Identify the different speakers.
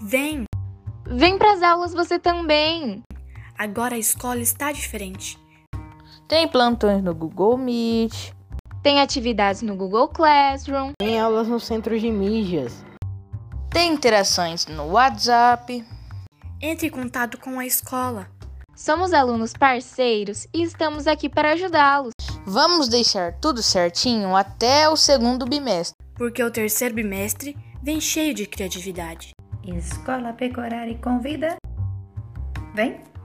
Speaker 1: Vem!
Speaker 2: Vem pras aulas você também!
Speaker 1: Agora a escola está diferente.
Speaker 3: Tem plantões no Google Meet,
Speaker 2: Tem atividades no Google Classroom.
Speaker 4: Tem aulas no centro de mídias.
Speaker 3: tem interações no WhatsApp.
Speaker 1: Entre em contato com a escola.
Speaker 2: Somos alunos parceiros e estamos aqui para ajudá-los.
Speaker 3: Vamos deixar tudo certinho até o segundo bimestre.
Speaker 1: porque o terceiro bimestre vem cheio de criatividade.
Speaker 5: Escola Pecorari convida. Vem!